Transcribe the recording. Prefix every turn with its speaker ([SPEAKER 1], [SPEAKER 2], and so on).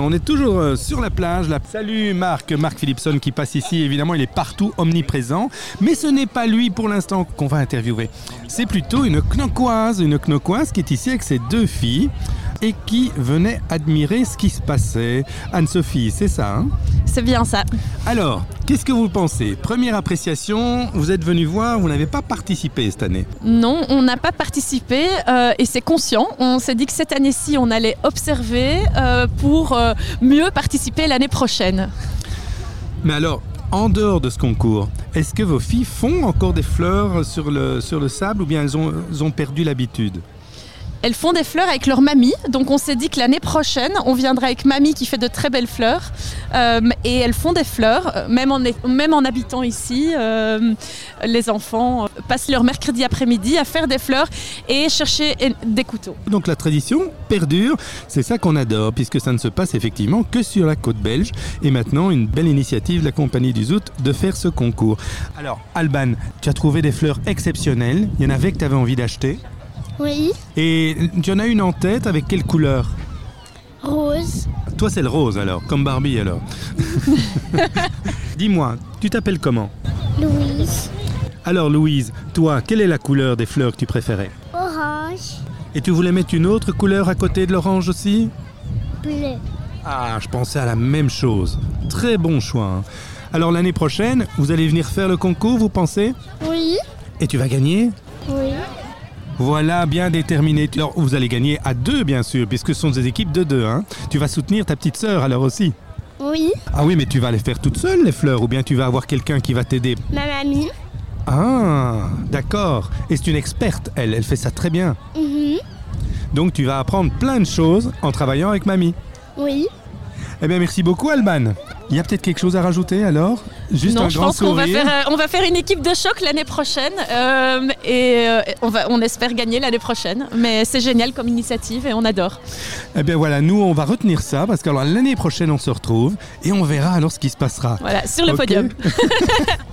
[SPEAKER 1] On est toujours euh, sur la plage. là. Salut Marc, Marc Philipson qui passe ici. Évidemment, il est partout, omniprésent. Mais ce n'est pas lui pour l'instant qu'on va interviewer. C'est plutôt une knoquoise, une knoquoise qui est ici avec ses deux filles et qui venait admirer ce qui se passait. Anne-Sophie, c'est ça hein
[SPEAKER 2] C'est bien ça.
[SPEAKER 1] Alors, qu'est-ce que vous pensez Première appréciation, vous êtes venu voir, vous n'avez pas participé cette année.
[SPEAKER 2] Non, on n'a pas participé euh, et c'est conscient. On s'est dit que cette année-ci, on allait observer euh, pour euh, mieux participer l'année prochaine.
[SPEAKER 1] Mais alors, en dehors de ce concours, est-ce que vos filles font encore des fleurs sur le, sur le sable ou bien elles ont, elles ont perdu l'habitude
[SPEAKER 2] Elles font des fleurs avec leur mamie, donc on s'est dit que l'année prochaine, on viendra avec mamie qui fait de très belles fleurs. Euh, et elles font des fleurs, euh, même en, est- même en habitant ici. euh, les enfants euh, passent leur mercredi après-midi à faire des fleurs et chercher euh, des couteaux.
[SPEAKER 1] Donc la tradition perdure, c'est ça qu'on adore, puisque ça ne se passe effectivement que sur la côte belge. Et maintenant, une belle initiative de la compagnie du Zout de faire ce concours. Alors, Alban, tu as trouvé des fleurs exceptionnelles, il y en avait que tu avais envie d'acheter.
[SPEAKER 3] Oui,
[SPEAKER 1] Et tu en as une en tête avec quelle couleur
[SPEAKER 3] rose,
[SPEAKER 1] Toi, c'est le rose alors, comme Barbie alors. Dis-moi, tu t'appelles comment
[SPEAKER 3] Louise,
[SPEAKER 1] Alors Louise, toi, quelle est la couleur des fleurs que tu préférais
[SPEAKER 3] orange,
[SPEAKER 1] Et tu voulais mettre une autre couleur à côté de l'orange aussi
[SPEAKER 3] bleu.
[SPEAKER 1] Ah, je pensais à la même chose. Très bon choix. hein. Alors l'année prochaine, vous allez venir faire le concours, vous pensez
[SPEAKER 3] Oui,
[SPEAKER 1] Et tu vas gagner
[SPEAKER 3] oui,
[SPEAKER 1] Voilà, bien déterminé. Alors vous allez gagner à deux, bien sûr, puisque ce sont des équipes de deux. hein. Tu vas soutenir ta petite sœur alors aussi.
[SPEAKER 3] oui,
[SPEAKER 1] Ah oui, mais tu vas les faire toute seule, les fleurs, ou bien tu vas avoir quelqu'un qui va t'aider.
[SPEAKER 3] ma mamie.
[SPEAKER 1] Ah, d'accord. Et c'est une experte, elle, elle fait ça très bien.
[SPEAKER 3] Mhm.
[SPEAKER 1] Donc tu vas apprendre plein de choses en travaillant avec mamie.
[SPEAKER 3] Oui,
[SPEAKER 1] Eh bien merci beaucoup Alban. Il y a peut-être quelque chose à rajouter alors Juste
[SPEAKER 2] non,
[SPEAKER 1] un
[SPEAKER 2] je
[SPEAKER 1] grand
[SPEAKER 2] pense qu'on va,
[SPEAKER 1] sourire.
[SPEAKER 2] faire, euh, on va faire une équipe de choc l'année prochaine euh, et euh, on, va, on espère gagner l'année prochaine. Mais c'est génial comme initiative et on adore.
[SPEAKER 1] Eh bien voilà, nous on va retenir ça parce que alors, l'année prochaine on se retrouve et on verra alors ce qui se passera.
[SPEAKER 2] Voilà, sur le
[SPEAKER 1] Ok
[SPEAKER 2] podium.